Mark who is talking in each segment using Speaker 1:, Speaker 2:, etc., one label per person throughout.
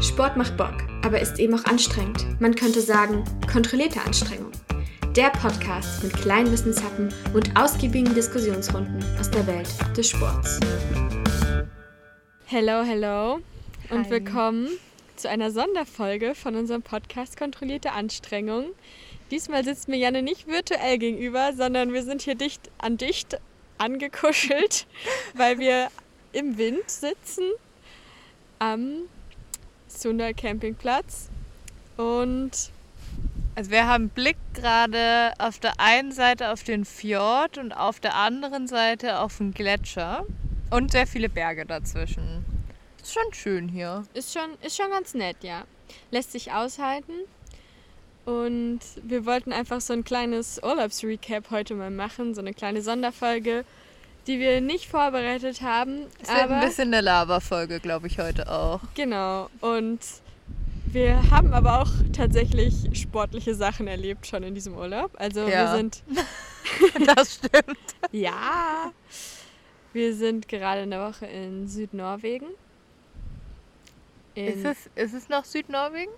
Speaker 1: Sport macht Bock, aber ist eben auch anstrengend. Man könnte sagen, kontrollierte Anstrengung. Der Podcast mit kleinen Wissenshappen und ausgiebigen Diskussionsrunden aus der Welt des Sports. Hello, hello und
Speaker 2: Hi.
Speaker 1: willkommen zu einer Sonderfolge von unserem Podcast Kontrollierte Anstrengung. Diesmal sitzt mir Janne nicht virtuell gegenüber, sondern wir sind hier dicht an dicht angekuschelt, weil wir im Wind sitzen am Sunder Campingplatz. Und
Speaker 2: Also wir haben Blick gerade auf der einen Seite auf den Fjord und auf der anderen Seite auf den Gletscher und sehr viele Berge dazwischen. Ist schon schön hier.
Speaker 1: ist schon, ist schon ganz nett, ja. Lässt sich aushalten. Und wir wollten einfach so ein kleines Urlaubsrecap heute mal machen, so eine kleine Sonderfolge, die wir nicht vorbereitet haben.
Speaker 2: Es wird ein
Speaker 1: aber
Speaker 2: bisschen eine Laberfolge, glaube ich, heute auch.
Speaker 1: genau. Und wir haben aber auch tatsächlich sportliche Sachen erlebt schon in diesem Urlaub. Also wir
Speaker 2: Ja.
Speaker 1: sind
Speaker 2: Das stimmt.
Speaker 1: ja, wir sind gerade in der Woche in Südnorwegen. In,
Speaker 2: Ist es, ist es noch Südnorwegen?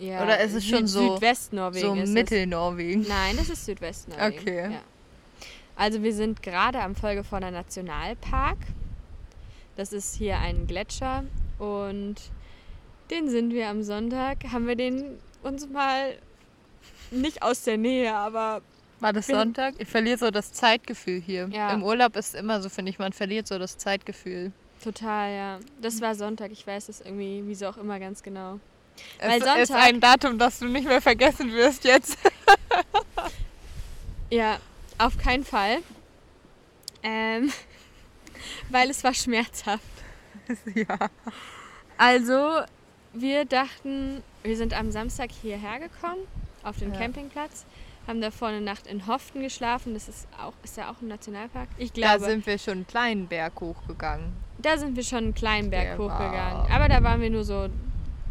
Speaker 1: ja,
Speaker 2: oder ist es schon so- So
Speaker 1: Südwestnorwegen ist es.
Speaker 2: Mittelnorwegen.
Speaker 1: Nein, es ist Südwestnorwegen.
Speaker 2: Okay.
Speaker 1: Ja. Also wir sind gerade am Folgevorder Nationalpark. Das ist hier ein Gletscher und den sind wir am Sonntag. Haben wir den uns mal nicht aus der Nähe, aber
Speaker 2: War das
Speaker 1: Bin-
Speaker 2: Sonntag? Ich verliere so das Zeitgefühl hier.
Speaker 1: Ja.
Speaker 2: Im Urlaub ist immer so, finde ich, man verliert so das Zeitgefühl.
Speaker 1: total, ja. Das war Sonntag, ich weiß es irgendwie, wieso auch immer ganz genau. Weil
Speaker 2: Es ist
Speaker 1: Sonntag-
Speaker 2: ein Datum, das du nicht mehr vergessen wirst jetzt.
Speaker 1: Ja, auf keinen Fall. Ähm, weil es war schmerzhaft.
Speaker 2: ja.
Speaker 1: Also, wir dachten, wir sind am Samstag hierher gekommen, auf den
Speaker 2: Ja.
Speaker 1: Campingplatz, haben da vorne Nacht in Hoften geschlafen. Das ist auch, ist ja auch ein Nationalpark. Ich
Speaker 2: Da
Speaker 1: glaube, da sind,
Speaker 2: sind wir schon einen kleinen Berg hochgegangen.
Speaker 1: wir schon einen kleinen Berg
Speaker 2: Der war-
Speaker 1: hochgegangen. Aber da waren wir nur so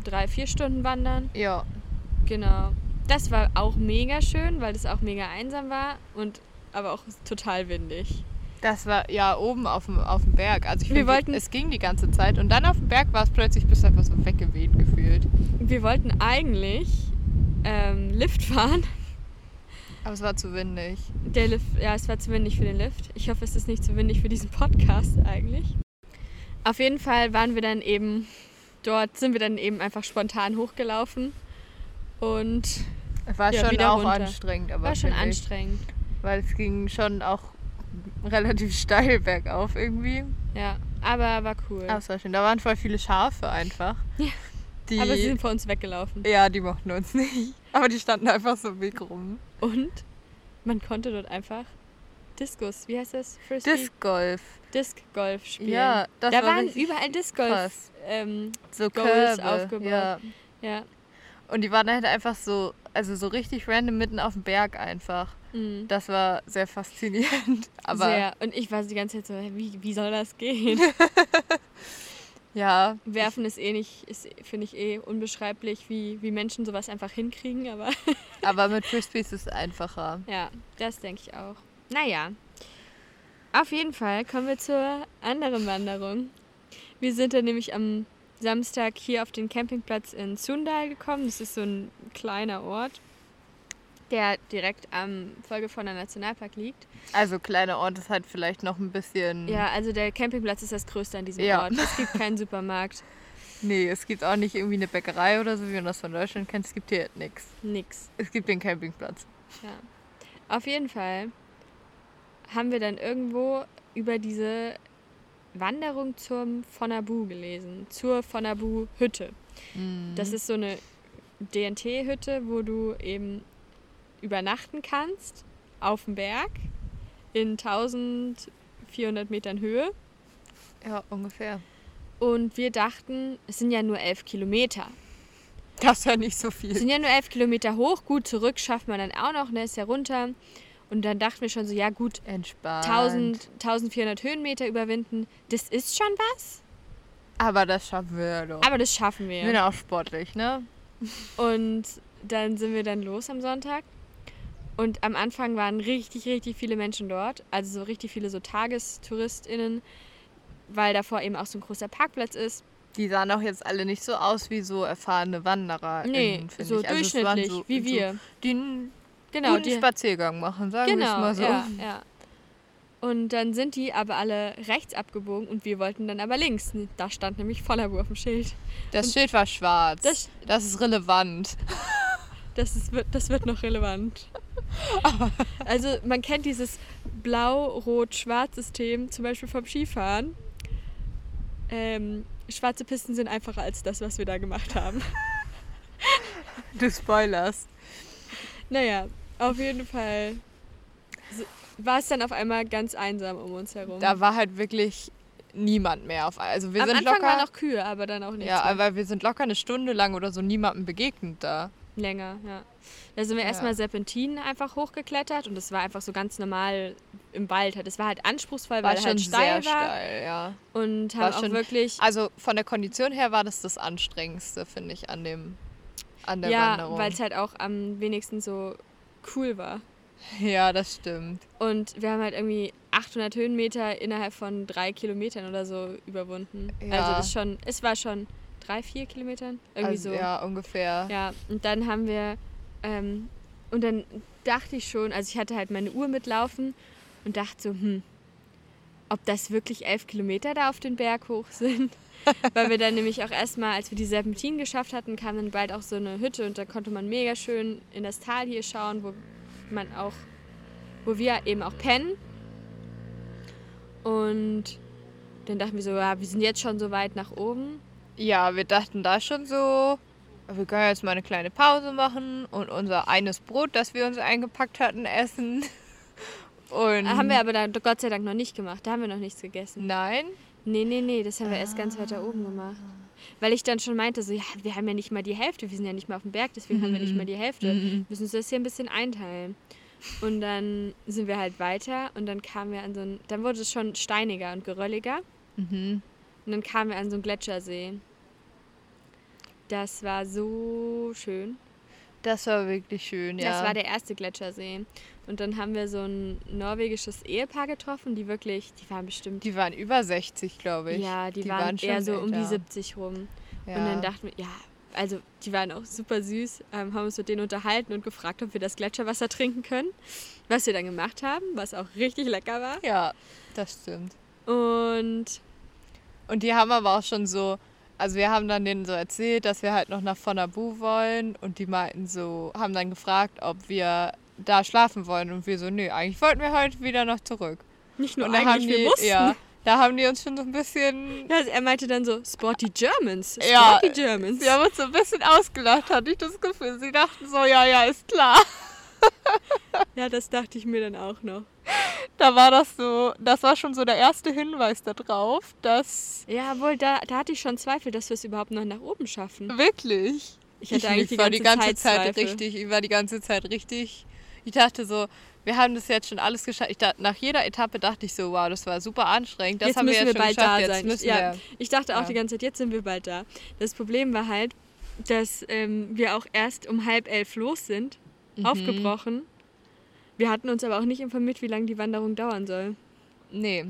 Speaker 1: drei, vier Stunden wandern.
Speaker 2: Ja.
Speaker 1: Genau. Das war auch mega schön, weil es auch mega einsam war und aber auch total windig.
Speaker 2: Das war ja oben auf dem, auf dem Berg. Also ich
Speaker 1: Wir
Speaker 2: finde,
Speaker 1: wollten-
Speaker 2: es ging die ganze Zeit. Und dann auf dem Berg war es plötzlich bis einfach so weggeweht gefühlt.
Speaker 1: Wir wollten eigentlich ähm, Lift fahren.
Speaker 2: Aber es war zu windig.
Speaker 1: Der Lift, ja, es war zu windig für den Lift. Ich hoffe, es ist nicht zu windig für diesen Podcast eigentlich. Auf jeden Fall waren wir dann eben dort, sind wir dann eben einfach spontan hochgelaufen und
Speaker 2: Es war
Speaker 1: Ja,
Speaker 2: schon
Speaker 1: wieder
Speaker 2: auch
Speaker 1: runter.
Speaker 2: anstrengend. Aber
Speaker 1: war schon
Speaker 2: finde ich,
Speaker 1: anstrengend.
Speaker 2: Weil es ging schon auch relativ steil bergauf irgendwie.
Speaker 1: Ja, aber war cool.
Speaker 2: Aber es war schön. Da waren voll viele Schafe einfach.
Speaker 1: Ja.
Speaker 2: Die,
Speaker 1: Aber sie sind vor uns weggelaufen.
Speaker 2: ja, die mochten uns nicht. Aber die standen einfach so im Weg rum.
Speaker 1: Und man konnte dort einfach Diskus, wie heißt das? Frisbee?
Speaker 2: Disc Golf.
Speaker 1: Disc Golf spielen.
Speaker 2: Ja, das
Speaker 1: da
Speaker 2: war
Speaker 1: waren
Speaker 2: richtig
Speaker 1: überall Disc
Speaker 2: krass.
Speaker 1: Golf. Ähm,
Speaker 2: So
Speaker 1: Goals
Speaker 2: Körbe.
Speaker 1: aufgebaut.
Speaker 2: Ja.
Speaker 1: ja.
Speaker 2: Und die waren halt einfach so, also so richtig random mitten auf dem Berg einfach.
Speaker 1: Mhm.
Speaker 2: Das war sehr faszinierend. Aber
Speaker 1: Sehr. Und ich war die ganze Zeit so, hä, wie, wie soll das gehen?
Speaker 2: ja,
Speaker 1: Werfen ist eh nicht, ist, finde ich eh unbeschreiblich, wie, wie Menschen sowas einfach hinkriegen, aber
Speaker 2: aber mit Frisbees ist es einfacher.
Speaker 1: ja, das denke ich auch. Naja, auf jeden Fall kommen wir zur anderen Wanderung. Wir sind dann nämlich am Samstag hier auf den Campingplatz in Sundal gekommen. Das ist so ein kleiner Ort, der direkt am Folgevorder Nationalpark liegt.
Speaker 2: Also kleiner Ort ist halt vielleicht noch ein bisschen.
Speaker 1: Ja, also der Campingplatz ist das größte an diesem
Speaker 2: Ja.
Speaker 1: Ort. Es gibt keinen Supermarkt,
Speaker 2: Nee, es gibt auch nicht irgendwie eine Bäckerei oder so, wie man das von Deutschland kennt. Es gibt hier nichts.
Speaker 1: nix.
Speaker 2: Es gibt den Campingplatz.
Speaker 1: Auf jeden Fall haben wir dann irgendwo über diese Wanderung zum Fonabu gelesen, zur Fonabu Hütte. Das ist so eine DNT Hütte, wo du eben übernachten kannst auf dem Berg in 1400 Metern Höhe.
Speaker 2: Ja, ungefähr.
Speaker 1: Und wir dachten, es sind ja nur elf Kilometer.
Speaker 2: Das ist ja nicht so
Speaker 1: Es
Speaker 2: viel.
Speaker 1: sind ja nur elf Kilometer hoch. Gut, zurück schafft man dann auch noch, ne, ist ja runter. Und dann dachten wir schon so, ja gut,
Speaker 2: Entspannt.
Speaker 1: 1000, 1400 Höhenmeter überwinden. Das ist schon was,
Speaker 2: Aber das schaffen wir ja doch.
Speaker 1: aber das schaffen wir.
Speaker 2: Wir sind ja auch sportlich, ne?
Speaker 1: Und dann sind wir dann los am Sonntag. Und am Anfang waren richtig, richtig viele Menschen dort. Also so richtig viele so TagestouristInnen, weil davor eben auch so ein großer Parkplatz ist.
Speaker 2: Die sahen auch jetzt alle nicht so aus wie so erfahrene Wanderer.
Speaker 1: Nee, so
Speaker 2: Also
Speaker 1: durchschnittlich, wie wir.
Speaker 2: die einen
Speaker 1: Genau,
Speaker 2: guten
Speaker 1: die,
Speaker 2: Spaziergang machen, sagen wir es
Speaker 1: genau,
Speaker 2: mal so.
Speaker 1: ja, ja. Und dann sind die aber alle rechts abgebogen und wir wollten dann aber links. Da stand nämlich Vollerbu auf dem Schild.
Speaker 2: Das Schild war schwarz.
Speaker 1: Das-
Speaker 2: Das, ist relevant.
Speaker 1: Das, ist, wird- das wird noch relevant. Also man kennt dieses Blau-Rot-Schwarz-System zum Beispiel vom Skifahren. Ähm, schwarze Pisten sind einfacher als das, was wir da gemacht haben.
Speaker 2: Du spoilerst.
Speaker 1: Naja, auf jeden Fall so- war es dann auf einmal ganz einsam um uns herum.
Speaker 2: Da war halt wirklich niemand mehr auf. Also wir
Speaker 1: Am
Speaker 2: sind
Speaker 1: Anfang
Speaker 2: locker.
Speaker 1: waren noch Kühe, aber dann auch nichts
Speaker 2: ja,
Speaker 1: mehr.
Speaker 2: aber wir sind locker eine Stunde lang oder so niemandem begegnet da.
Speaker 1: länger. Ja. Da sind wir
Speaker 2: Ja.
Speaker 1: erstmal Serpentinen einfach hochgeklettert und das war einfach so ganz normal im Wald. halt. Es war halt anspruchsvoll, weil
Speaker 2: War
Speaker 1: er
Speaker 2: schon
Speaker 1: halt steil
Speaker 2: sehr
Speaker 1: war
Speaker 2: steil, ja.
Speaker 1: und
Speaker 2: War
Speaker 1: haben auch
Speaker 2: schon-
Speaker 1: wirklich
Speaker 2: Also von der Kondition her war das das anstrengendste, finde ich, an dem an der
Speaker 1: ja,
Speaker 2: Wanderung.
Speaker 1: weil es halt auch am wenigsten so cool war.
Speaker 2: ja, das stimmt.
Speaker 1: Und wir haben halt irgendwie 800 Höhenmeter innerhalb von drei Kilometern oder so überwunden. Also
Speaker 2: Ja.
Speaker 1: das ist schon, es war schon drei, vier Kilometern irgendwie
Speaker 2: also,
Speaker 1: so.
Speaker 2: Ja, ungefähr.
Speaker 1: Ja, und dann haben wir, ähm, und dann dachte ich schon, also ich hatte halt meine Uhr mitlaufen und dachte so, hm, ob das wirklich elf Kilometer da auf den Berg hoch sind. Weil wir dann nämlich auch erstmal, als wir die Serpentinen geschafft hatten, kam dann bald auch so eine Hütte und da konnte man mega schön in das Tal hier schauen, wo man auch, wo wir eben auch pennen. Und dann dachten wir so, ja, wir sind jetzt schon so weit nach oben.
Speaker 2: Ja, wir dachten da schon so, wir können jetzt mal eine kleine Pause machen und unser eines Brot, das wir uns eingepackt hatten, essen. Und
Speaker 1: Haben wir aber dann Gott sei Dank noch nicht gemacht. Da haben wir noch nichts gegessen.
Speaker 2: Nein?
Speaker 1: Nee, nee, nee, das haben wir erst ganz weit da oben gemacht. Weil ich dann schon meinte, so, ja, wir haben ja nicht mal die Hälfte, wir sind ja nicht mal auf dem Berg, deswegen haben wir nicht mal die Hälfte. Müssen uns das hier ein bisschen einteilen. Und dann sind wir halt weiter und dann kamen wir an so ein, dann wurde es schon steiniger und gerölliger.
Speaker 2: Mhm.
Speaker 1: Und dann kamen wir an so einen Gletschersee. Das war so schön.
Speaker 2: Das war wirklich schön, ja.
Speaker 1: Das war der erste Gletschersee. Und dann haben wir so ein norwegisches Ehepaar getroffen, die wirklich, die waren bestimmt,
Speaker 2: die waren über 60, glaube ich.
Speaker 1: ja, die, waren, eher so um die
Speaker 2: älter.
Speaker 1: 70 rum.
Speaker 2: Ja.
Speaker 1: Und dann dachten wir, ja, also die waren auch super süß, ähm, haben uns mit denen unterhalten und gefragt, ob wir das Gletscherwasser trinken können. Was wir dann gemacht haben, was auch richtig lecker war.
Speaker 2: Ja, das stimmt.
Speaker 1: Und
Speaker 2: Und die haben aber auch schon so, also wir haben dann denen so erzählt, dass wir halt noch nach Fonabu wollen und die meinten so, haben dann gefragt, ob wir da schlafen wollen und wir so, nö, eigentlich wollten wir heute wieder noch zurück.
Speaker 1: nicht nur
Speaker 2: und da
Speaker 1: eigentlich,
Speaker 2: haben die,
Speaker 1: wir mussten.
Speaker 2: ja, da haben die uns schon so ein bisschen,
Speaker 1: Ja, also er meinte dann so, Sporty Germans, Sporty
Speaker 2: Ja.
Speaker 1: Germans.
Speaker 2: sie haben uns so ein bisschen ausgelacht, hatte ich das Gefühl. Sie dachten so, ja, ja, ist klar.
Speaker 1: Ja, das dachte ich mir dann auch noch.
Speaker 2: Da war das so, das war schon so der erste Hinweis darauf, dass
Speaker 1: Ja, wohl, da, da hatte ich schon Zweifel, dass wir es überhaupt noch nach oben schaffen.
Speaker 2: wirklich
Speaker 1: Ich hatte
Speaker 2: mich
Speaker 1: eigentlich die
Speaker 2: war
Speaker 1: ganze, Zeit, Zweifel.
Speaker 2: richtig, ich war die ganze Zeit richtig. Ich dachte so, wir haben das jetzt schon alles geschafft. Ich dachte, nach jeder Etappe dachte ich so, wow, das war super anstrengend. Das
Speaker 1: jetzt
Speaker 2: haben wir
Speaker 1: müssen
Speaker 2: jetzt
Speaker 1: wir,
Speaker 2: schon
Speaker 1: bald
Speaker 2: geschafft.
Speaker 1: da
Speaker 2: jetzt
Speaker 1: sein.
Speaker 2: Müssen
Speaker 1: ja.
Speaker 2: wir.
Speaker 1: Ich dachte auch
Speaker 2: Ja.
Speaker 1: die ganze Zeit, jetzt sind wir bald da. Das Problem war halt, dass ähm, wir auch erst um halb elf los sind,
Speaker 2: Mhm.
Speaker 1: aufgebrochen. Wir hatten uns aber auch nicht informiert, wie lange die Wanderung dauern soll.
Speaker 2: Nee,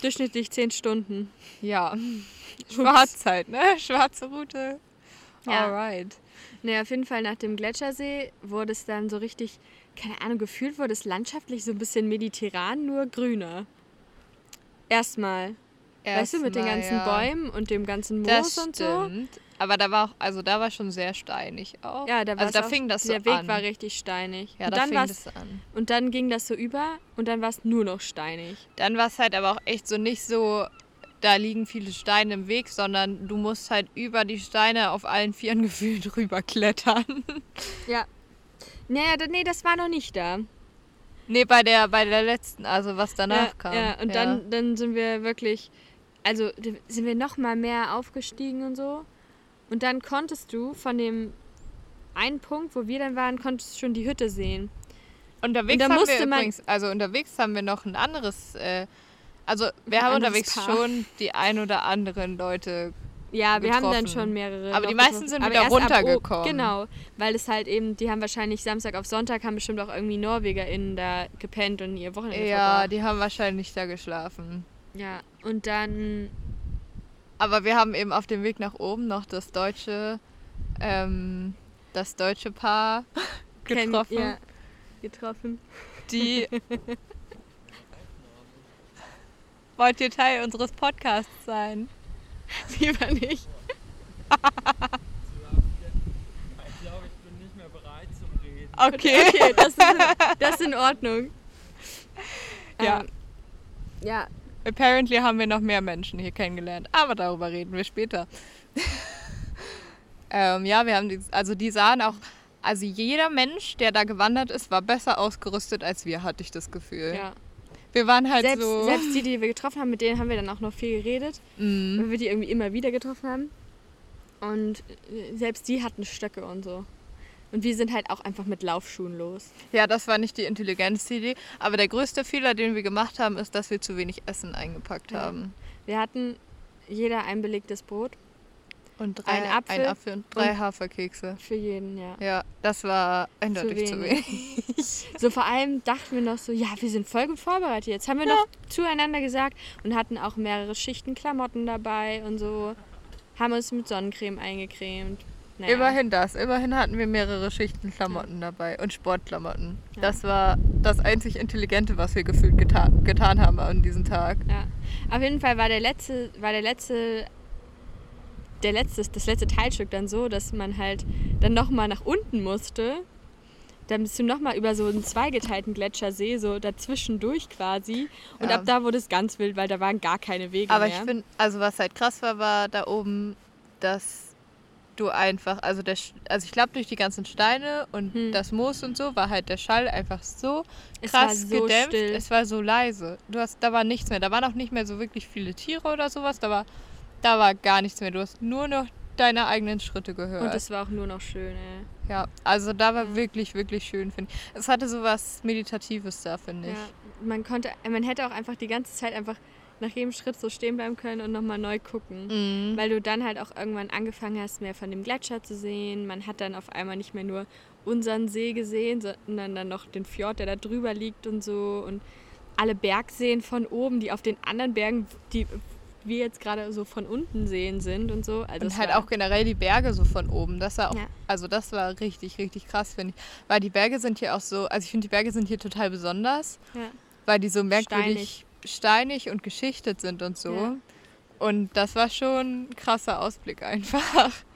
Speaker 1: Durchschnittlich zehn Stunden.
Speaker 2: ja. Schwarzzeit, ne? Schwarze Route.
Speaker 1: Ja.
Speaker 2: Alright.
Speaker 1: Naja, auf jeden Fall nach dem Gletschersee wurde es dann so richtig, keine Ahnung, gefühlt wurde es landschaftlich so ein bisschen mediterran, nur grüner. Erstmal. weißt du, mit den
Speaker 2: Erstmal,
Speaker 1: ganzen
Speaker 2: ja.
Speaker 1: Bäumen und dem ganzen Moos
Speaker 2: Das
Speaker 1: und so.
Speaker 2: stimmt. Aber da war auch, also da war schon sehr steinig auch.
Speaker 1: Ja, Oh, da, war's
Speaker 2: also da
Speaker 1: auch-
Speaker 2: fing das
Speaker 1: Der
Speaker 2: so
Speaker 1: Weg
Speaker 2: an.
Speaker 1: war richtig steinig.
Speaker 2: ja,
Speaker 1: und,
Speaker 2: da
Speaker 1: dann
Speaker 2: fing
Speaker 1: war's-
Speaker 2: das an.
Speaker 1: und dann ging das so über und dann war es nur noch steinig.
Speaker 2: dann war es halt aber auch echt so nicht so, da liegen viele Steine im Weg, sondern du musst halt über die Steine auf allen Vieren gefühlt drüber klettern.
Speaker 1: Ja. Naja, da, nee, das war noch nicht da.
Speaker 2: nee, bei der, bei der letzten, also was danach
Speaker 1: ja,
Speaker 2: kam.
Speaker 1: Ja, und Dann, dann sind wir wirklich, also d- sind wir noch mal mehr aufgestiegen und so. Und dann konntest du von dem einen Punkt, wo wir dann waren, konntest du schon die Hütte sehen.
Speaker 2: Unterwegs
Speaker 1: und da
Speaker 2: haben wir
Speaker 1: musste man-
Speaker 2: übrigens, also unterwegs haben wir noch ein anderes, äh, also wir haben
Speaker 1: anderes
Speaker 2: unterwegs
Speaker 1: Paar.
Speaker 2: schon die ein oder anderen Leute.
Speaker 1: Ja, wir haben dann
Speaker 2: Getroffen.
Speaker 1: schon mehrere.
Speaker 2: Aber
Speaker 1: noch
Speaker 2: die meisten
Speaker 1: getroffen.
Speaker 2: sind
Speaker 1: Aber
Speaker 2: wieder
Speaker 1: erst ab O-
Speaker 2: runtergekommen.
Speaker 1: Genau, weil es halt eben, die haben wahrscheinlich Samstag auf Sonntag, haben bestimmt auch irgendwie NorwegerInnen da gepennt und ihr Wochenende
Speaker 2: Ja,
Speaker 1: verbracht.
Speaker 2: die haben wahrscheinlich da geschlafen.
Speaker 1: Ja, und dann
Speaker 2: Aber wir haben eben auf dem Weg nach oben noch das deutsche, ähm, das deutsche Paar
Speaker 1: Kenn-
Speaker 2: getroffen,
Speaker 1: Ja, getroffen.
Speaker 2: die. Wollt ihr Teil unseres Podcasts sein?
Speaker 1: Lieber nicht.
Speaker 3: Ich glaube, ich bin nicht mehr bereit zum Reden.
Speaker 2: Okay.
Speaker 1: Okay, das ist, in- das ist in Ordnung.
Speaker 2: Ja.
Speaker 1: Ähm, ja,
Speaker 2: Apparently haben wir noch mehr Menschen hier kennengelernt, aber darüber reden wir später. ähm, ja, wir haben die, also die sahen auch, also jeder Mensch, der da gewandert ist, war besser ausgerüstet als wir, hatte ich das Gefühl.
Speaker 1: ja.
Speaker 2: Wir waren halt
Speaker 1: Selbst,
Speaker 2: so.
Speaker 1: selbst die, die wir getroffen haben, mit denen haben wir dann auch noch viel geredet,
Speaker 2: Mhm.
Speaker 1: weil wir die irgendwie immer wieder getroffen haben. Und äh, selbst die hatten Stöcke und so. Und wir sind halt auch einfach mit Laufschuhen los.
Speaker 2: Ja, das war nicht die Intelligenz-Idee, aber der größte Fehler, den wir gemacht haben, ist, dass wir zu wenig Essen eingepackt
Speaker 1: Ja.
Speaker 2: haben.
Speaker 1: Wir hatten jeder ein belegtes Brot
Speaker 2: Und drei,
Speaker 1: Ein Apfel
Speaker 2: ein Apfel und drei
Speaker 1: und-
Speaker 2: Haferkekse.
Speaker 1: für jeden, ja.
Speaker 2: Ja, das war eindeutig zu wenig.
Speaker 1: wenig. So vor allem dachten wir noch so, ja, wir sind voll gut vorbereitet. Jetzt haben wir
Speaker 2: Ja.
Speaker 1: noch zueinander gesagt und hatten auch mehrere Schichten Klamotten dabei und so. Haben uns mit Sonnencreme eingecremt. Naja,
Speaker 2: Immerhin das. Immerhin hatten wir mehrere Schichten Klamotten dabei und Sportklamotten.
Speaker 1: Ja.
Speaker 2: Das war das einzig Intelligente, was wir gefühlt geta getan haben an diesem Tag.
Speaker 1: Ja. Auf jeden Fall war der letzte, war der letzte, der letzte, das letzte Teilstück dann so, dass man halt dann nochmal nach unten musste. Dann bist du nochmal über so einen zweigeteilten Gletschersee, so dazwischen durch quasi. Und
Speaker 2: Ja.
Speaker 1: ab da wurde es ganz wild, weil da waren gar keine Wege
Speaker 2: Aber
Speaker 1: mehr.
Speaker 2: ich finde, also was halt krass war, war da oben, dass du einfach, also der, Sch- also ich glaube durch die ganzen Steine und
Speaker 1: Hm.
Speaker 2: das Moos und so war halt der Schall einfach so
Speaker 1: Es war
Speaker 2: krass
Speaker 1: so
Speaker 2: gedämpft.
Speaker 1: still.
Speaker 2: Es war so leise. Du hast, da war nichts mehr. Da waren auch nicht mehr so wirklich viele Tiere oder sowas. Da war, da war gar nichts mehr. Du hast nur noch deine eigenen Schritte gehört.
Speaker 1: und es war auch nur noch schön, ey.
Speaker 2: Ja, also da war wirklich, wirklich schön, finde ich. Es hatte so was Meditatives da, finde ich.
Speaker 1: Ja, man konnte, man hätte auch einfach die ganze Zeit einfach nach jedem Schritt so stehen bleiben können und nochmal neu gucken.
Speaker 2: Mhm.
Speaker 1: Weil du dann halt auch irgendwann angefangen hast, mehr von dem Gletscher zu sehen. Man hat dann auf einmal nicht mehr nur unseren See gesehen, sondern dann noch den Fjord, der da drüber liegt und so. Und alle Bergseen von oben, die auf den anderen Bergen, die wir jetzt gerade so von unten sehen sind und so. Also es
Speaker 2: Und halt
Speaker 1: war-
Speaker 2: auch generell die Berge so von oben. Das war auch,
Speaker 1: Ja.
Speaker 2: also das war richtig, richtig krass, finde ich. Weil die Berge sind hier auch so, also ich finde die Berge sind hier total besonders,
Speaker 1: Ja.
Speaker 2: weil die so merkwürdig steinig, und geschichtet sind und so.
Speaker 1: Ja.
Speaker 2: Und das war schon ein krasser Ausblick einfach.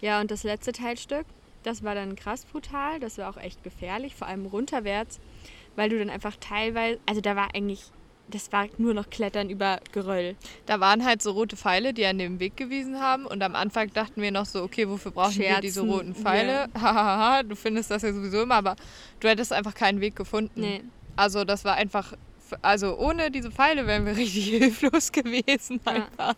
Speaker 1: Ja, und das letzte Teilstück, das war dann krass brutal, das war auch echt gefährlich, vor allem runterwärts, weil du dann einfach teilweise, also da war eigentlich, das war nur noch Klettern über Geröll.
Speaker 2: Da waren halt so rote Pfeile, die an dem Weg gewiesen haben. Und am Anfang dachten wir noch so, okay, wofür brauchen wir
Speaker 1: Scherzen,
Speaker 2: diese roten Pfeile? Hahaha, du findest das ja sowieso immer, aber du hättest einfach keinen Weg gefunden.
Speaker 1: Nee.
Speaker 2: Also das war einfach, also ohne diese Pfeile wären wir richtig hilflos gewesen
Speaker 1: Ja.
Speaker 2: einfach.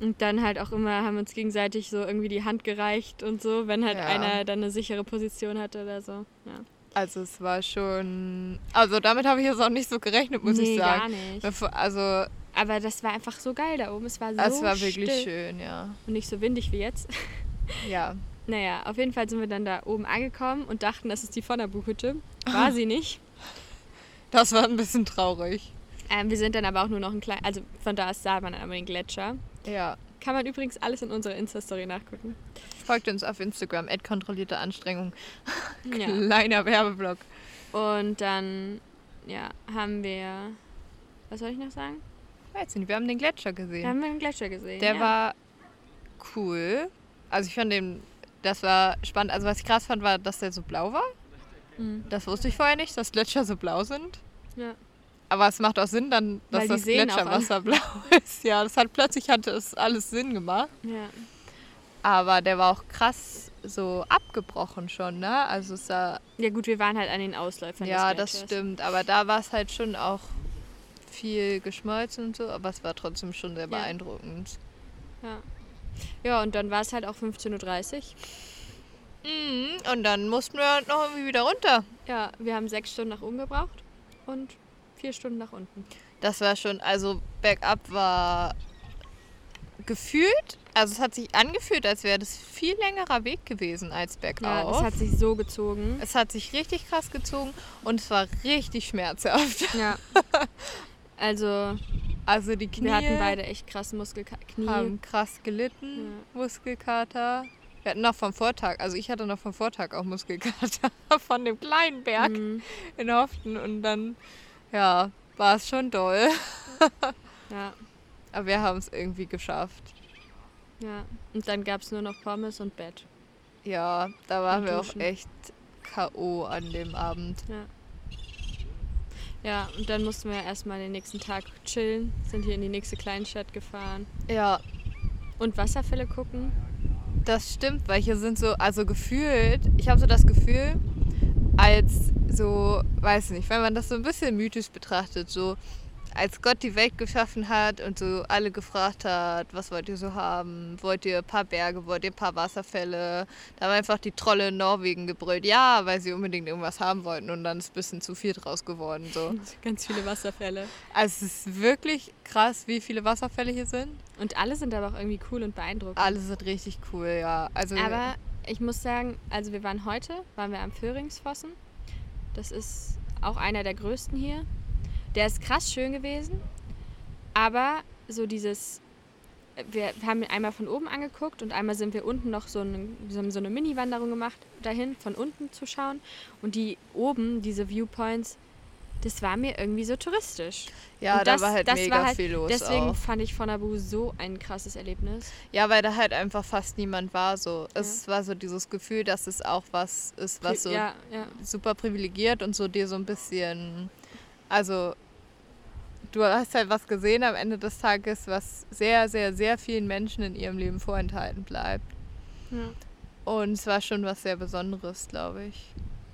Speaker 1: Und dann halt auch immer haben uns gegenseitig so irgendwie die Hand gereicht und so, wenn halt
Speaker 2: Ja.
Speaker 1: einer dann eine sichere Position hatte oder so. Ja.
Speaker 2: Also es war schon, also damit habe ich jetzt auch nicht so gerechnet, muss
Speaker 1: nee,
Speaker 2: ich sagen.
Speaker 1: gar nicht.
Speaker 2: Bevor- Also
Speaker 1: Aber das war einfach so geil da oben. Es war so
Speaker 2: es war wirklich
Speaker 1: still
Speaker 2: schön, ja.
Speaker 1: und nicht so windig wie jetzt.
Speaker 2: Ja.
Speaker 1: Naja, auf jeden Fall sind wir dann da oben angekommen und dachten, das ist die Vonnerbuchhütte. War sie nicht.
Speaker 2: Das war ein bisschen traurig.
Speaker 1: Ähm, wir sind dann aber auch nur noch ein klein, also von da aus sah man aber den Gletscher.
Speaker 2: Ja.
Speaker 1: Kann man übrigens alles in unserer Insta-Story nachgucken.
Speaker 2: Folgt uns auf Instagram, kontrollierte Anstrengung.
Speaker 1: Ja.
Speaker 2: Kleiner Werbeblock.
Speaker 1: Und dann, ja, haben wir, was soll ich noch sagen?
Speaker 2: Weiß nicht, wir haben den Gletscher gesehen.
Speaker 1: Da haben wir einen Gletscher gesehen.
Speaker 2: Der
Speaker 1: ja.
Speaker 2: war cool. Also ich fand den, das war spannend. Also was ich krass fand, war, dass der so blau war.
Speaker 1: Mhm.
Speaker 2: Das wusste ich vorher nicht, dass Gletscher so blau sind.
Speaker 1: Ja.
Speaker 2: Aber es macht auch Sinn dann, dass
Speaker 1: Weil die
Speaker 2: das
Speaker 1: sehen auf
Speaker 2: Gletscherwasser blau ist. Ja, das hat plötzlich hatte es alles Sinn gemacht.
Speaker 1: Ja.
Speaker 2: Aber der war auch krass so abgebrochen schon, ne? Also es sah,
Speaker 1: ja, gut, wir waren halt an den Ausläufern.
Speaker 2: ja,
Speaker 1: des
Speaker 2: das
Speaker 1: Gletschers.
Speaker 2: stimmt. Aber da war es halt schon auch viel geschmolzen und so. Aber es war trotzdem schon sehr
Speaker 1: Ja.
Speaker 2: beeindruckend.
Speaker 1: Ja, und dann war es halt auch 15.30 Uhr.
Speaker 2: Mhm, und dann mussten wir halt noch irgendwie wieder runter.
Speaker 1: Ja, wir haben sechs Stunden nach oben gebraucht und vier Stunden nach unten.
Speaker 2: Das war schon, also Backup war gefühlt, also es hat sich angefühlt, als wäre das viel längerer Weg gewesen als
Speaker 1: Ja,
Speaker 2: bergauf.
Speaker 1: das hat sich so gezogen.
Speaker 2: es hat sich richtig krass gezogen und es war richtig schmerzhaft.
Speaker 1: Ja. Also,
Speaker 2: Also die Knie
Speaker 1: Wir hatten beide echt krassen Muskelknie.
Speaker 2: haben krass gelitten, Muskelkater. Wir hatten noch vom Vortag, also ich hatte noch vom Vortag auch Muskelkater von dem kleinen Berg
Speaker 1: Mhm.
Speaker 2: in Hoften und dann, ja, war es schon doll.
Speaker 1: Ja,
Speaker 2: Aber wir haben es irgendwie geschafft.
Speaker 1: ja. Und dann gab es nur noch Pommes und Bett.
Speaker 2: Ja, da waren
Speaker 1: Und
Speaker 2: wir auch
Speaker 1: duschen.
Speaker 2: echt K.O. an dem Abend.
Speaker 1: Ja. Ja, und dann mussten wir erstmal den nächsten Tag chillen, sind hier in die nächste Kleinstadt gefahren
Speaker 2: Ja,
Speaker 1: und Wasserfälle gucken.
Speaker 2: Das stimmt, weil hier sind so, also gefühlt, ich habe so das Gefühl, als so, weiß nicht, wenn man das so ein bisschen mythisch betrachtet, so als Gott die Welt geschaffen hat und so alle gefragt hat, was wollt ihr so haben? Wollt ihr ein paar Berge, wollt ihr ein paar Wasserfälle? Da haben einfach die Trolle in Norwegen gebrüllt, ja, weil sie unbedingt irgendwas haben wollten und dann ist ein bisschen zu viel draus geworden. So.
Speaker 1: Ganz viele Wasserfälle.
Speaker 2: Also es ist wirklich krass, wie viele Wasserfälle hier sind.
Speaker 1: Und alle sind aber auch irgendwie cool und beeindruckend.
Speaker 2: Alle sind richtig cool, ja. Also,
Speaker 1: Aber ich muss sagen, also wir waren heute, waren wir am Föhringsfossen. Das ist auch einer der größten hier. Der ist krass schön gewesen, aber so dieses, wir haben ihn einmal von oben angeguckt und einmal sind wir unten noch so, einen- wir haben so eine Mini-Wanderung gemacht, dahin von unten zu schauen. Und die oben, diese Viewpoints, das war mir irgendwie so touristisch.
Speaker 2: ja,
Speaker 1: und
Speaker 2: da war halt mega viel los.
Speaker 1: Deswegen
Speaker 2: auch.
Speaker 1: fand ich Fonabu so ein krasses Erlebnis.
Speaker 2: Ja, weil da halt einfach fast niemand war. So. Es war so dieses Gefühl, dass es auch was ist, was so
Speaker 1: Ja, ja.
Speaker 2: super privilegiert und so dir so ein bisschen. Also, du hast halt was gesehen am Ende des Tages, was sehr, sehr, sehr vielen Menschen in ihrem Leben vorenthalten bleibt.
Speaker 1: Ja.
Speaker 2: Und es war schon was sehr Besonderes, glaube ich.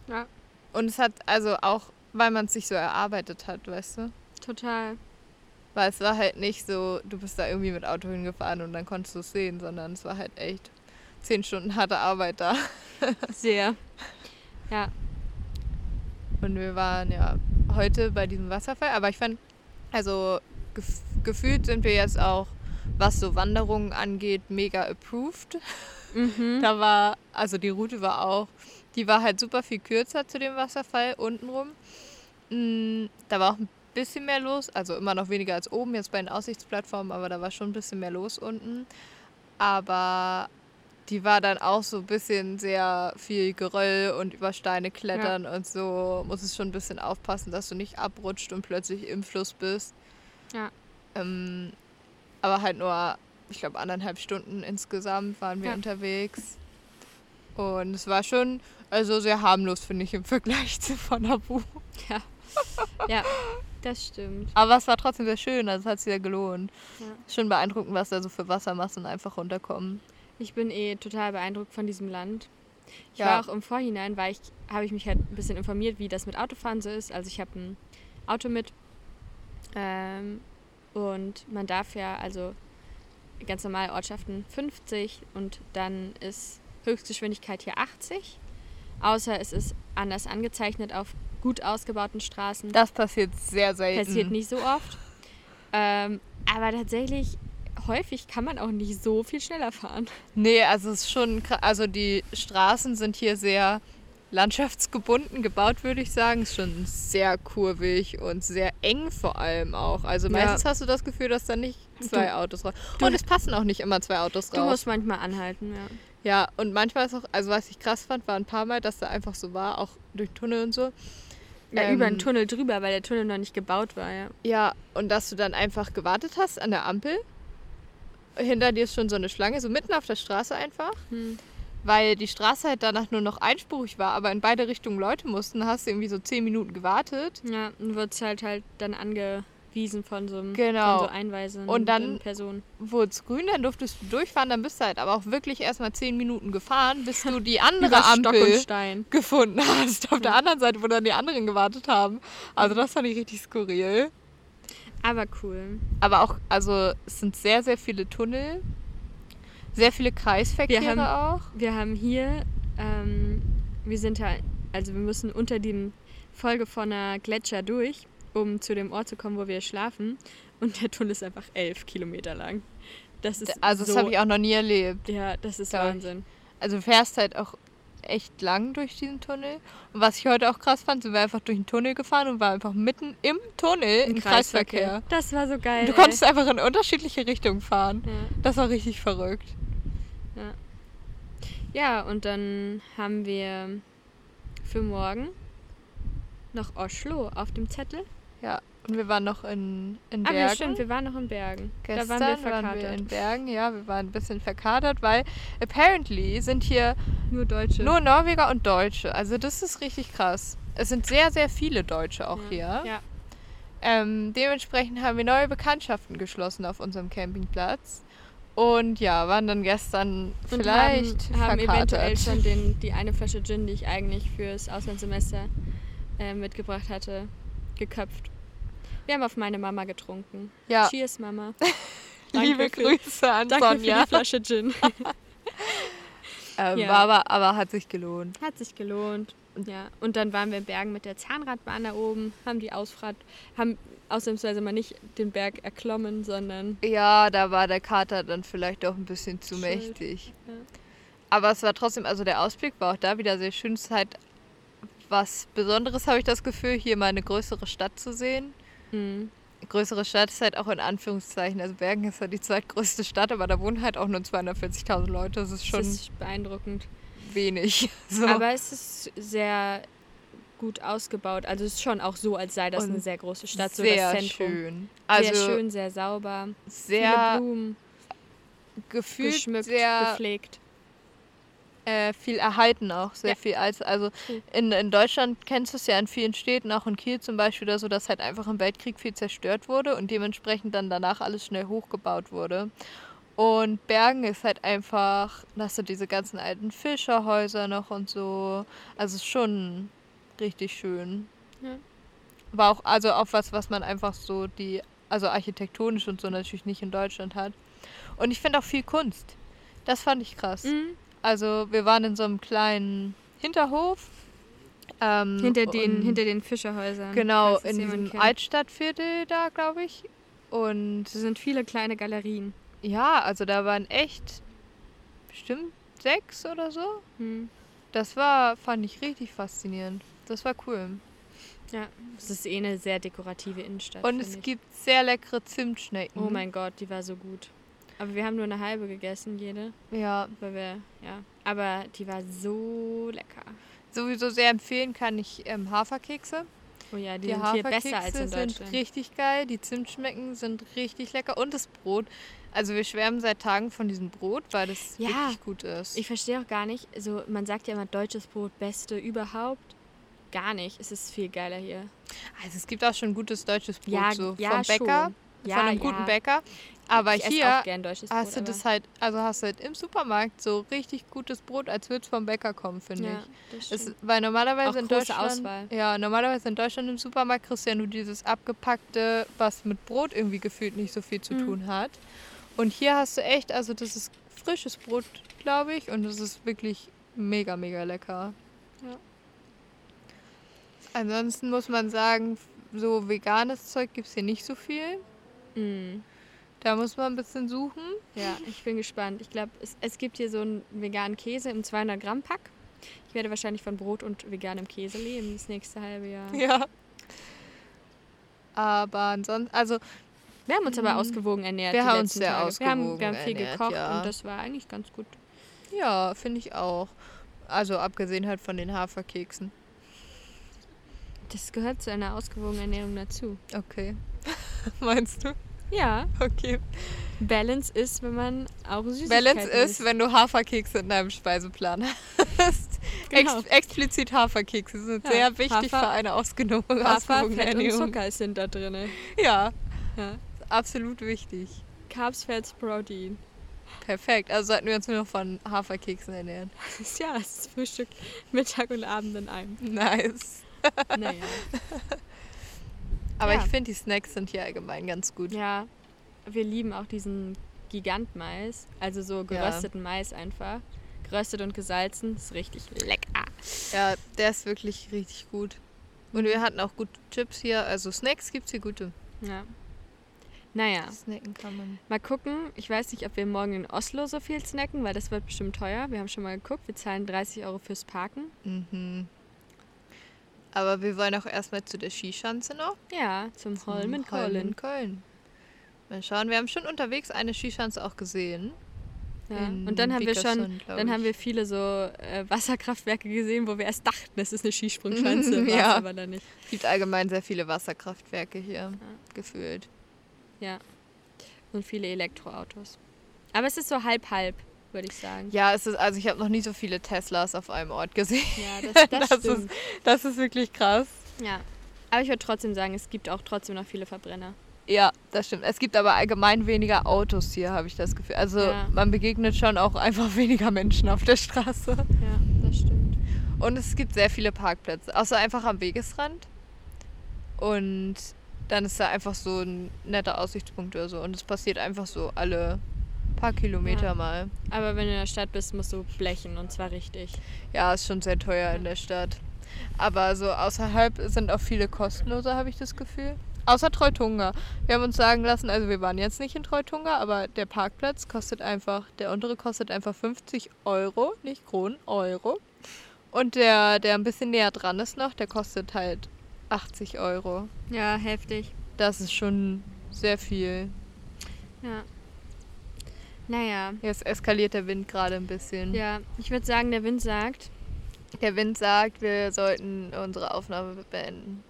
Speaker 1: ja.
Speaker 2: Und es hat also auch, weil man es sich so erarbeitet hat, weißt du?
Speaker 1: Total.
Speaker 2: Weil es war halt nicht so, du bist da irgendwie mit Auto hingefahren und dann konntest du es sehen, sondern es war halt echt zehn Stunden harte Arbeit da.
Speaker 1: Sehr. Ja,
Speaker 2: Und wir waren ja heute bei diesem Wasserfall. Aber ich fand, also gef gefühlt sind wir jetzt auch, was so Wanderungen angeht, mega approved. Da war, also die Route war auch, die war halt super viel kürzer zu dem Wasserfall untenrum. Mm, Da war auch ein bisschen mehr los, also immer noch weniger als oben, jetzt bei den Aussichtsplattformen, aber da war schon ein bisschen mehr los unten. Aber die war dann auch so ein bisschen sehr viel Geröll und über Steine klettern und so. Muss es schon ein bisschen aufpassen, dass du nicht abrutscht und plötzlich im Fluss bist.
Speaker 1: Ja.
Speaker 2: Ähm, aber halt nur, ich glaube, anderthalb Stunden insgesamt waren wir
Speaker 1: Ja.
Speaker 2: unterwegs. Und es war schon, also sehr harmlos, finde ich, im Vergleich zu Fonabu.
Speaker 1: ja, das stimmt.
Speaker 2: Aber es war trotzdem sehr schön, also es hat sich sehr gelohnt.
Speaker 1: Ja.
Speaker 2: Schon beeindruckend, was da so für Wassermassen einfach runterkommen.
Speaker 1: Ich bin eh total beeindruckt von diesem Land. Ich
Speaker 2: Ja.
Speaker 1: war auch im Vorhinein, weil ich habe ich mich halt ein bisschen informiert, wie das mit Autofahren so ist. Also ich habe ein Auto mit ähm, und man darf ja also ganz normal Ortschaften 50 und dann ist Höchstgeschwindigkeit hier 80. Außer es ist anders angezeichnet auf gut ausgebauten Straßen.
Speaker 2: Das passiert sehr selten.
Speaker 1: passiert nicht so oft. Ähm, aber tatsächlich, häufig kann man auch nicht so viel schneller fahren.
Speaker 2: Nee, also es ist schon, kra- also die Straßen sind hier sehr landschaftsgebunden gebaut, würde ich sagen. Ist schon sehr kurvig und sehr eng vor allem auch. Also
Speaker 1: Ja.
Speaker 2: meistens hast du das Gefühl, dass da nicht zwei
Speaker 1: Du-
Speaker 2: Autos raus. Und es passen auch nicht immer zwei Autos
Speaker 1: Du
Speaker 2: raus.
Speaker 1: musst manchmal anhalten, ja.
Speaker 2: Ja, und manchmal ist auch, also was ich krass fand, war ein paar Mal, dass da einfach so war, auch durch Tunnel und so.
Speaker 1: ja
Speaker 2: Ähm,
Speaker 1: über den Tunnel drüber, weil der Tunnel noch nicht gebaut war, ja.
Speaker 2: Ja, und dass du dann einfach gewartet hast an der Ampel. Hinter dir ist schon so eine Schlange, so mitten auf der Straße einfach.
Speaker 1: Hm.
Speaker 2: Weil die Straße halt danach nur noch einspurig war, aber in beide Richtungen Leute mussten, hast du irgendwie so zehn Minuten gewartet.
Speaker 1: Ja, und wird's halt halt dann angewiesen von so einem
Speaker 2: Genau.
Speaker 1: von so einweisenden
Speaker 2: Und dann-
Speaker 1: Personen.
Speaker 2: Wurde es grün, dann durftest du durchfahren, dann bist du halt aber auch wirklich erstmal zehn Minuten gefahren, bis du die andere
Speaker 1: Über Stock und
Speaker 2: Ampel
Speaker 1: Stein.
Speaker 2: gefunden hast. Auf der anderen Seite, wo dann die anderen gewartet haben. Also das fand ich richtig skurril.
Speaker 1: Aber cool.
Speaker 2: Aber auch, also es sind sehr, sehr viele Tunnel, sehr viele Kreisverkehre
Speaker 1: Wir haben-
Speaker 2: auch.
Speaker 1: Wir haben hier, ähm, wir sind ja, also wir müssen unter dem Folge von einer Gletscher durch, um zu dem Ort zu kommen, wo wir schlafen. Und der Tunnel ist einfach elf Kilometer lang. Das ist
Speaker 2: Also
Speaker 1: so,
Speaker 2: das habe ich auch noch nie erlebt.
Speaker 1: ja, das ist
Speaker 2: glaub ich.
Speaker 1: Wahnsinn.
Speaker 2: Also du fährst halt auch echt lang durch diesen Tunnel. Und was ich heute auch krass fand, sind wir einfach durch den Tunnel gefahren und waren einfach mitten im Tunnel im, Kreisverkehr.
Speaker 1: Das war so geil.
Speaker 2: Und du
Speaker 1: ey.
Speaker 2: konntest einfach in unterschiedliche Richtungen fahren.
Speaker 1: Ja.
Speaker 2: Das war richtig verrückt.
Speaker 1: Ja, und dann haben wir für morgen noch Oslo auf dem Zettel.
Speaker 2: Ja. Und wir waren noch in, in
Speaker 1: Aber
Speaker 2: Bergen.
Speaker 1: Ah, ja, stimmt, wir waren noch in Bergen.
Speaker 2: Gestern
Speaker 1: da waren wir verkatert.
Speaker 2: in Bergen, ja, wir waren ein bisschen verkatert, weil apparently sind hier
Speaker 1: Nur Deutsche.
Speaker 2: nur Norweger und Deutsche. Also das ist richtig krass. Es sind sehr, sehr viele Deutsche auch hier.
Speaker 1: Ja.
Speaker 2: Ähm, dementsprechend haben wir neue Bekanntschaften geschlossen auf unserem Campingplatz. Und ja, waren dann gestern
Speaker 1: Und
Speaker 2: vielleicht
Speaker 1: haben, haben
Speaker 2: verkatert.
Speaker 1: eventuell schon den, die eine Flasche Gin, die ich eigentlich fürs Auslandssemester äh, mitgebracht hatte, geköpft. Wir haben auf meine Mama getrunken.
Speaker 2: ja,
Speaker 1: Cheers, Mama.
Speaker 2: liebe
Speaker 1: für-
Speaker 2: Grüße an
Speaker 1: Danke für
Speaker 2: Sonja.
Speaker 1: die Flasche Gin.
Speaker 2: Ähm,
Speaker 1: Ja.
Speaker 2: war aber, aber hat sich gelohnt.
Speaker 1: Hat sich gelohnt. Ja. Und dann waren wir in Bergen mit der Zahnradbahn da oben, haben die Ausfahrt, haben ausnahmsweise mal nicht den Berg erklommen, sondern
Speaker 2: Ja, da war der Kater dann vielleicht auch ein bisschen zu
Speaker 1: Schuld.
Speaker 2: mächtig.
Speaker 1: Ja.
Speaker 2: Aber es war trotzdem, also der Ausblick war auch da wieder sehr schön. Es ist halt was Besonderes, habe ich das Gefühl, hier mal eine größere Stadt zu sehen.
Speaker 1: Mhm.
Speaker 2: Größere Stadt ist halt auch in Anführungszeichen. Also Bergen ist halt die zweitgrößte Stadt, aber da wohnen halt auch nur 240.000 Leute. Das ist schon
Speaker 1: es ist beeindruckend.
Speaker 2: wenig. So.
Speaker 1: Aber es ist sehr gut ausgebaut. Also es ist schon auch so, als sei das
Speaker 2: Und
Speaker 1: eine sehr große Stadt, so
Speaker 2: sehr
Speaker 1: das Zentrum.
Speaker 2: schön. Also
Speaker 1: sehr schön, sehr sauber. viele
Speaker 2: sehr
Speaker 1: Blumen,
Speaker 2: gefühlt
Speaker 1: geschmückt,
Speaker 2: sehr
Speaker 1: gepflegt.
Speaker 2: äh, viel erhalten auch, sehr
Speaker 1: Ja.
Speaker 2: viel als also
Speaker 1: True.
Speaker 2: in, in Deutschland kennst du es ja in vielen Städten, auch in Kiel zum Beispiel oder so, dass halt einfach im Weltkrieg viel zerstört wurde und dementsprechend dann danach alles schnell hochgebaut wurde. Und Bergen ist halt einfach, dass du diese ganzen alten Fischerhäuser noch und so. Also es ist schon richtig schön.
Speaker 1: Ja.
Speaker 2: War auch, also auch was, was man einfach so die, also architektonisch und so natürlich nicht in Deutschland hat. Und ich finde auch viel Kunst. Das fand ich krass.
Speaker 1: Mhm.
Speaker 2: Also wir waren in so einem kleinen Hinterhof. ähm,
Speaker 1: Hinter, den,
Speaker 2: und-
Speaker 1: hinter den Fischerhäusern.
Speaker 2: Genau,
Speaker 1: falls das
Speaker 2: in
Speaker 1: jemand
Speaker 2: diesem
Speaker 1: kennt.
Speaker 2: Altstadtviertel da, glaube ich. Und
Speaker 1: Es sind viele kleine Galerien.
Speaker 2: ja, also da waren echt bestimmt sechs oder so.
Speaker 1: Mhm.
Speaker 2: Das war, fand ich richtig faszinierend. Das war cool.
Speaker 1: Ja, es ist eh eine sehr dekorative Innenstadt.
Speaker 2: Und
Speaker 1: finde
Speaker 2: es
Speaker 1: ich.
Speaker 2: gibt Mhm. sehr leckere Zimtschnecken.
Speaker 1: Oh mein Gott, die war so gut. Aber wir haben nur eine halbe gegessen, jede.
Speaker 2: Ja,
Speaker 1: Weil wir, ja. Aber die war so lecker.
Speaker 2: sowieso sehr empfehlen kann ich ähm, Haferkekse.
Speaker 1: Oh ja, die,
Speaker 2: Die
Speaker 1: sind hier
Speaker 2: Haferkekse
Speaker 1: besser als in
Speaker 2: sind
Speaker 1: Deutschland.
Speaker 2: richtig geil, die Zimtschnecken sind richtig lecker und das Brot. Also wir schwärmen seit Tagen von diesem Brot, weil das
Speaker 1: Ja.
Speaker 2: wirklich gut ist.
Speaker 1: Ich verstehe auch gar nicht, so man sagt ja immer deutsches Brot, beste überhaupt. Gar nicht. Es ist viel geiler hier.
Speaker 2: also es gibt auch schon gutes deutsches Brot
Speaker 1: Ja,
Speaker 2: so
Speaker 1: ja,
Speaker 2: vom Bäcker,
Speaker 1: schon. Ja,
Speaker 2: von einem guten
Speaker 1: ja.
Speaker 2: Bäcker. Aber
Speaker 1: ich esse
Speaker 2: hier
Speaker 1: auch gern deutsches Brot.
Speaker 2: hast du
Speaker 1: aber-
Speaker 2: das halt, also hast du halt im Supermarkt so richtig gutes Brot, als würde es vom Bäcker kommen, finde
Speaker 1: ja,
Speaker 2: ich.
Speaker 1: das
Speaker 2: halt Es,
Speaker 1: stimmt.
Speaker 2: weil normalerweise
Speaker 1: Auch
Speaker 2: in
Speaker 1: große
Speaker 2: Deutschland,
Speaker 1: Auswahl.
Speaker 2: ja, normalerweise in Deutschland im Supermarkt kriegst du ja nur dieses abgepackte, was mit Brot irgendwie gefühlt nicht so viel zu
Speaker 1: Mhm.
Speaker 2: tun hat. Und hier hast du echt, also das ist frisches Brot, glaube ich, und das ist wirklich mega, mega lecker.
Speaker 1: Ja.
Speaker 2: Ansonsten muss man sagen, so veganes Zeug gibt es hier nicht so viel.
Speaker 1: Mm.
Speaker 2: Da muss man ein bisschen suchen.
Speaker 1: Ja, ich bin gespannt. Ich glaube, es, es gibt hier so einen veganen Käse im 200-Gramm-Pack. Ich werde wahrscheinlich von Brot und veganem Käse leben das nächste halbe Jahr.
Speaker 2: Ja. Aber ansonsten, also
Speaker 1: Wir haben uns aber ausgewogen ernährt.
Speaker 2: Mhm. Wir
Speaker 1: die
Speaker 2: haben uns
Speaker 1: letzten
Speaker 2: sehr
Speaker 1: Tage. wir haben,
Speaker 2: ausgewogen
Speaker 1: wir haben viel
Speaker 2: ernährt,
Speaker 1: gekocht
Speaker 2: ja.
Speaker 1: und das war eigentlich ganz gut.
Speaker 2: Ja, finde ich auch. Also abgesehen halt von den Haferkeksen.
Speaker 1: Das gehört zu einer ausgewogenen Ernährung dazu.
Speaker 2: Okay. Meinst du?
Speaker 1: Ja,
Speaker 2: Okay.
Speaker 1: Balance ist, wenn man auch Süßigkeiten
Speaker 2: Balance ist,
Speaker 1: isst.
Speaker 2: wenn du Haferkekse in deinem Speiseplan hast.
Speaker 1: Genau.
Speaker 2: Ex explizit Haferkekse sind
Speaker 1: Ja,
Speaker 2: sehr wichtig
Speaker 1: Hafer-
Speaker 2: für eine ausgenommene
Speaker 1: Hafer, Fett
Speaker 2: ausgewogene
Speaker 1: und
Speaker 2: Ernährung.
Speaker 1: Zucker sind da drin.
Speaker 2: Ja,
Speaker 1: Ja.
Speaker 2: absolut wichtig.
Speaker 1: Carbs, Fats, Protein.
Speaker 2: Perfekt. Also sollten wir uns nur noch von Haferkeksen ernähren.
Speaker 1: Ja, es ist Frühstück, Mittag und Abend in einem.
Speaker 2: Nice.
Speaker 1: Naja.
Speaker 2: Aber
Speaker 1: Ja.
Speaker 2: ich finde, die Snacks sind hier allgemein ganz gut.
Speaker 1: Ja, wir lieben auch diesen Gigant-Mais, also so gerösteten Mais einfach. Geröstet und gesalzen, ist richtig lecker.
Speaker 2: Ja, der ist wirklich richtig gut. Und wir hatten auch gute Chips hier. Also Snacks gibt es hier gute.
Speaker 1: Ja. Naja,
Speaker 2: Snacken kann man.
Speaker 1: mal gucken. Ich weiß nicht, ob wir morgen in Oslo so viel snacken, weil das wird bestimmt teuer. Wir haben schon mal geguckt. Wir zahlen 30 Euro fürs Parken.
Speaker 2: Mhm. Aber wir wollen auch erstmal zu der Skischanze noch.
Speaker 1: Ja, zum Holm in Köln.
Speaker 2: Holmen Köln. Mal schauen, wir haben schon unterwegs eine Skischanze auch gesehen.
Speaker 1: Ja.
Speaker 2: in
Speaker 1: Und dann haben wir schon,
Speaker 2: Vikersund, glaub
Speaker 1: dann haben
Speaker 2: ich.
Speaker 1: wir viele so äh, Wasserkraftwerke gesehen, wo wir erst dachten, es ist eine Skisprungschanze, war's
Speaker 2: Ja.
Speaker 1: aber dann nicht.
Speaker 2: gibt allgemein sehr viele Wasserkraftwerke hier, gefühlt.
Speaker 1: Ja. Und viele Elektroautos. Aber es ist so halb halb, würde ich sagen.
Speaker 2: Ja, es ist, also ich habe noch nie so viele Teslas auf einem Ort gesehen.
Speaker 1: Ja, das, das,
Speaker 2: Das
Speaker 1: stimmt.
Speaker 2: ist, das ist wirklich krass.
Speaker 1: Ja. Aber ich würde trotzdem sagen, es gibt auch trotzdem noch viele Verbrenner.
Speaker 2: Ja, das stimmt. Es gibt aber allgemein weniger Autos hier, habe ich das Gefühl. Also
Speaker 1: Ja.
Speaker 2: man begegnet schon auch einfach weniger Menschen auf der Straße.
Speaker 1: Ja, das stimmt.
Speaker 2: Und es gibt sehr viele Parkplätze. Außer einfach am Wegesrand. Und dann ist da einfach so ein netter Aussichtspunkt oder so. Und es passiert einfach so alle paar Kilometer
Speaker 1: Ja.
Speaker 2: mal.
Speaker 1: Aber wenn du in der Stadt bist, musst du blechen und zwar richtig.
Speaker 2: Ja, ist schon sehr teuer in der Stadt. Aber so außerhalb sind auch viele kostenlose, habe ich das Gefühl. Außer Treutunga. Wir haben uns sagen lassen, also wir waren jetzt nicht in Treutunga, aber der Parkplatz kostet einfach, der untere kostet einfach 50 Euro, nicht Kronen, Euro. Und der, der ein bisschen näher dran ist noch, der kostet halt 80 Euro.
Speaker 1: Ja, heftig.
Speaker 2: Das ist schon sehr viel.
Speaker 1: Ja. Naja.
Speaker 2: Jetzt eskaliert der Wind gerade ein bisschen.
Speaker 1: Ja, ich würde sagen, der Wind sagt.
Speaker 2: Der Wind sagt, wir sollten unsere Aufnahme beenden.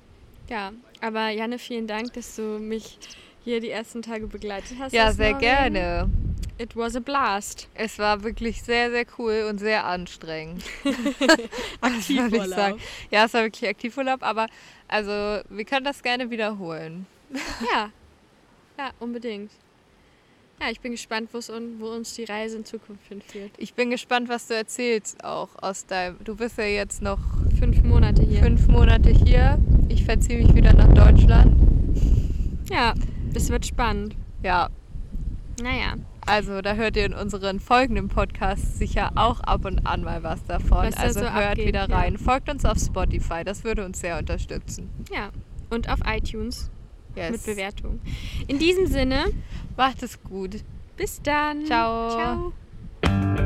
Speaker 1: Ja, aber Janne, vielen Dank, dass du mich hier die ersten Tage begleitet hast.
Speaker 2: ja,
Speaker 1: aus
Speaker 2: sehr
Speaker 1: Norwegen.
Speaker 2: gerne.
Speaker 1: It was a blast.
Speaker 2: Es war wirklich sehr, sehr cool und sehr anstrengend. Das würde ich
Speaker 1: Aktivurlaub.
Speaker 2: sagen. Ja, es war wirklich Aktivurlaub, aber also wir können das gerne wiederholen.
Speaker 1: Ja. Ja, unbedingt. Ja, ich bin gespannt, wo's un, wo uns die Reise in Zukunft hinführt.
Speaker 2: Ich bin gespannt, was du erzählst auch aus deinem. Du bist ja jetzt noch
Speaker 1: Fünf Monate hier.
Speaker 2: fünf Monate hier. Ich verziehe mich wieder nach Deutschland.
Speaker 1: Ja, das wird spannend.
Speaker 2: Ja,
Speaker 1: Naja,
Speaker 2: also da hört ihr in unseren folgenden Podcasts sicher auch ab und an mal was davon.
Speaker 1: Was da
Speaker 2: also
Speaker 1: so
Speaker 2: hört
Speaker 1: abgeht,
Speaker 2: wieder
Speaker 1: ja.
Speaker 2: rein. Folgt uns auf Spotify, das würde uns sehr unterstützen.
Speaker 1: ja. Und auf iTunes
Speaker 2: Yes.
Speaker 1: mit Bewertung. In diesem Sinne,
Speaker 2: Macht es gut.
Speaker 1: bis dann.
Speaker 2: Ciao.
Speaker 1: Ciao.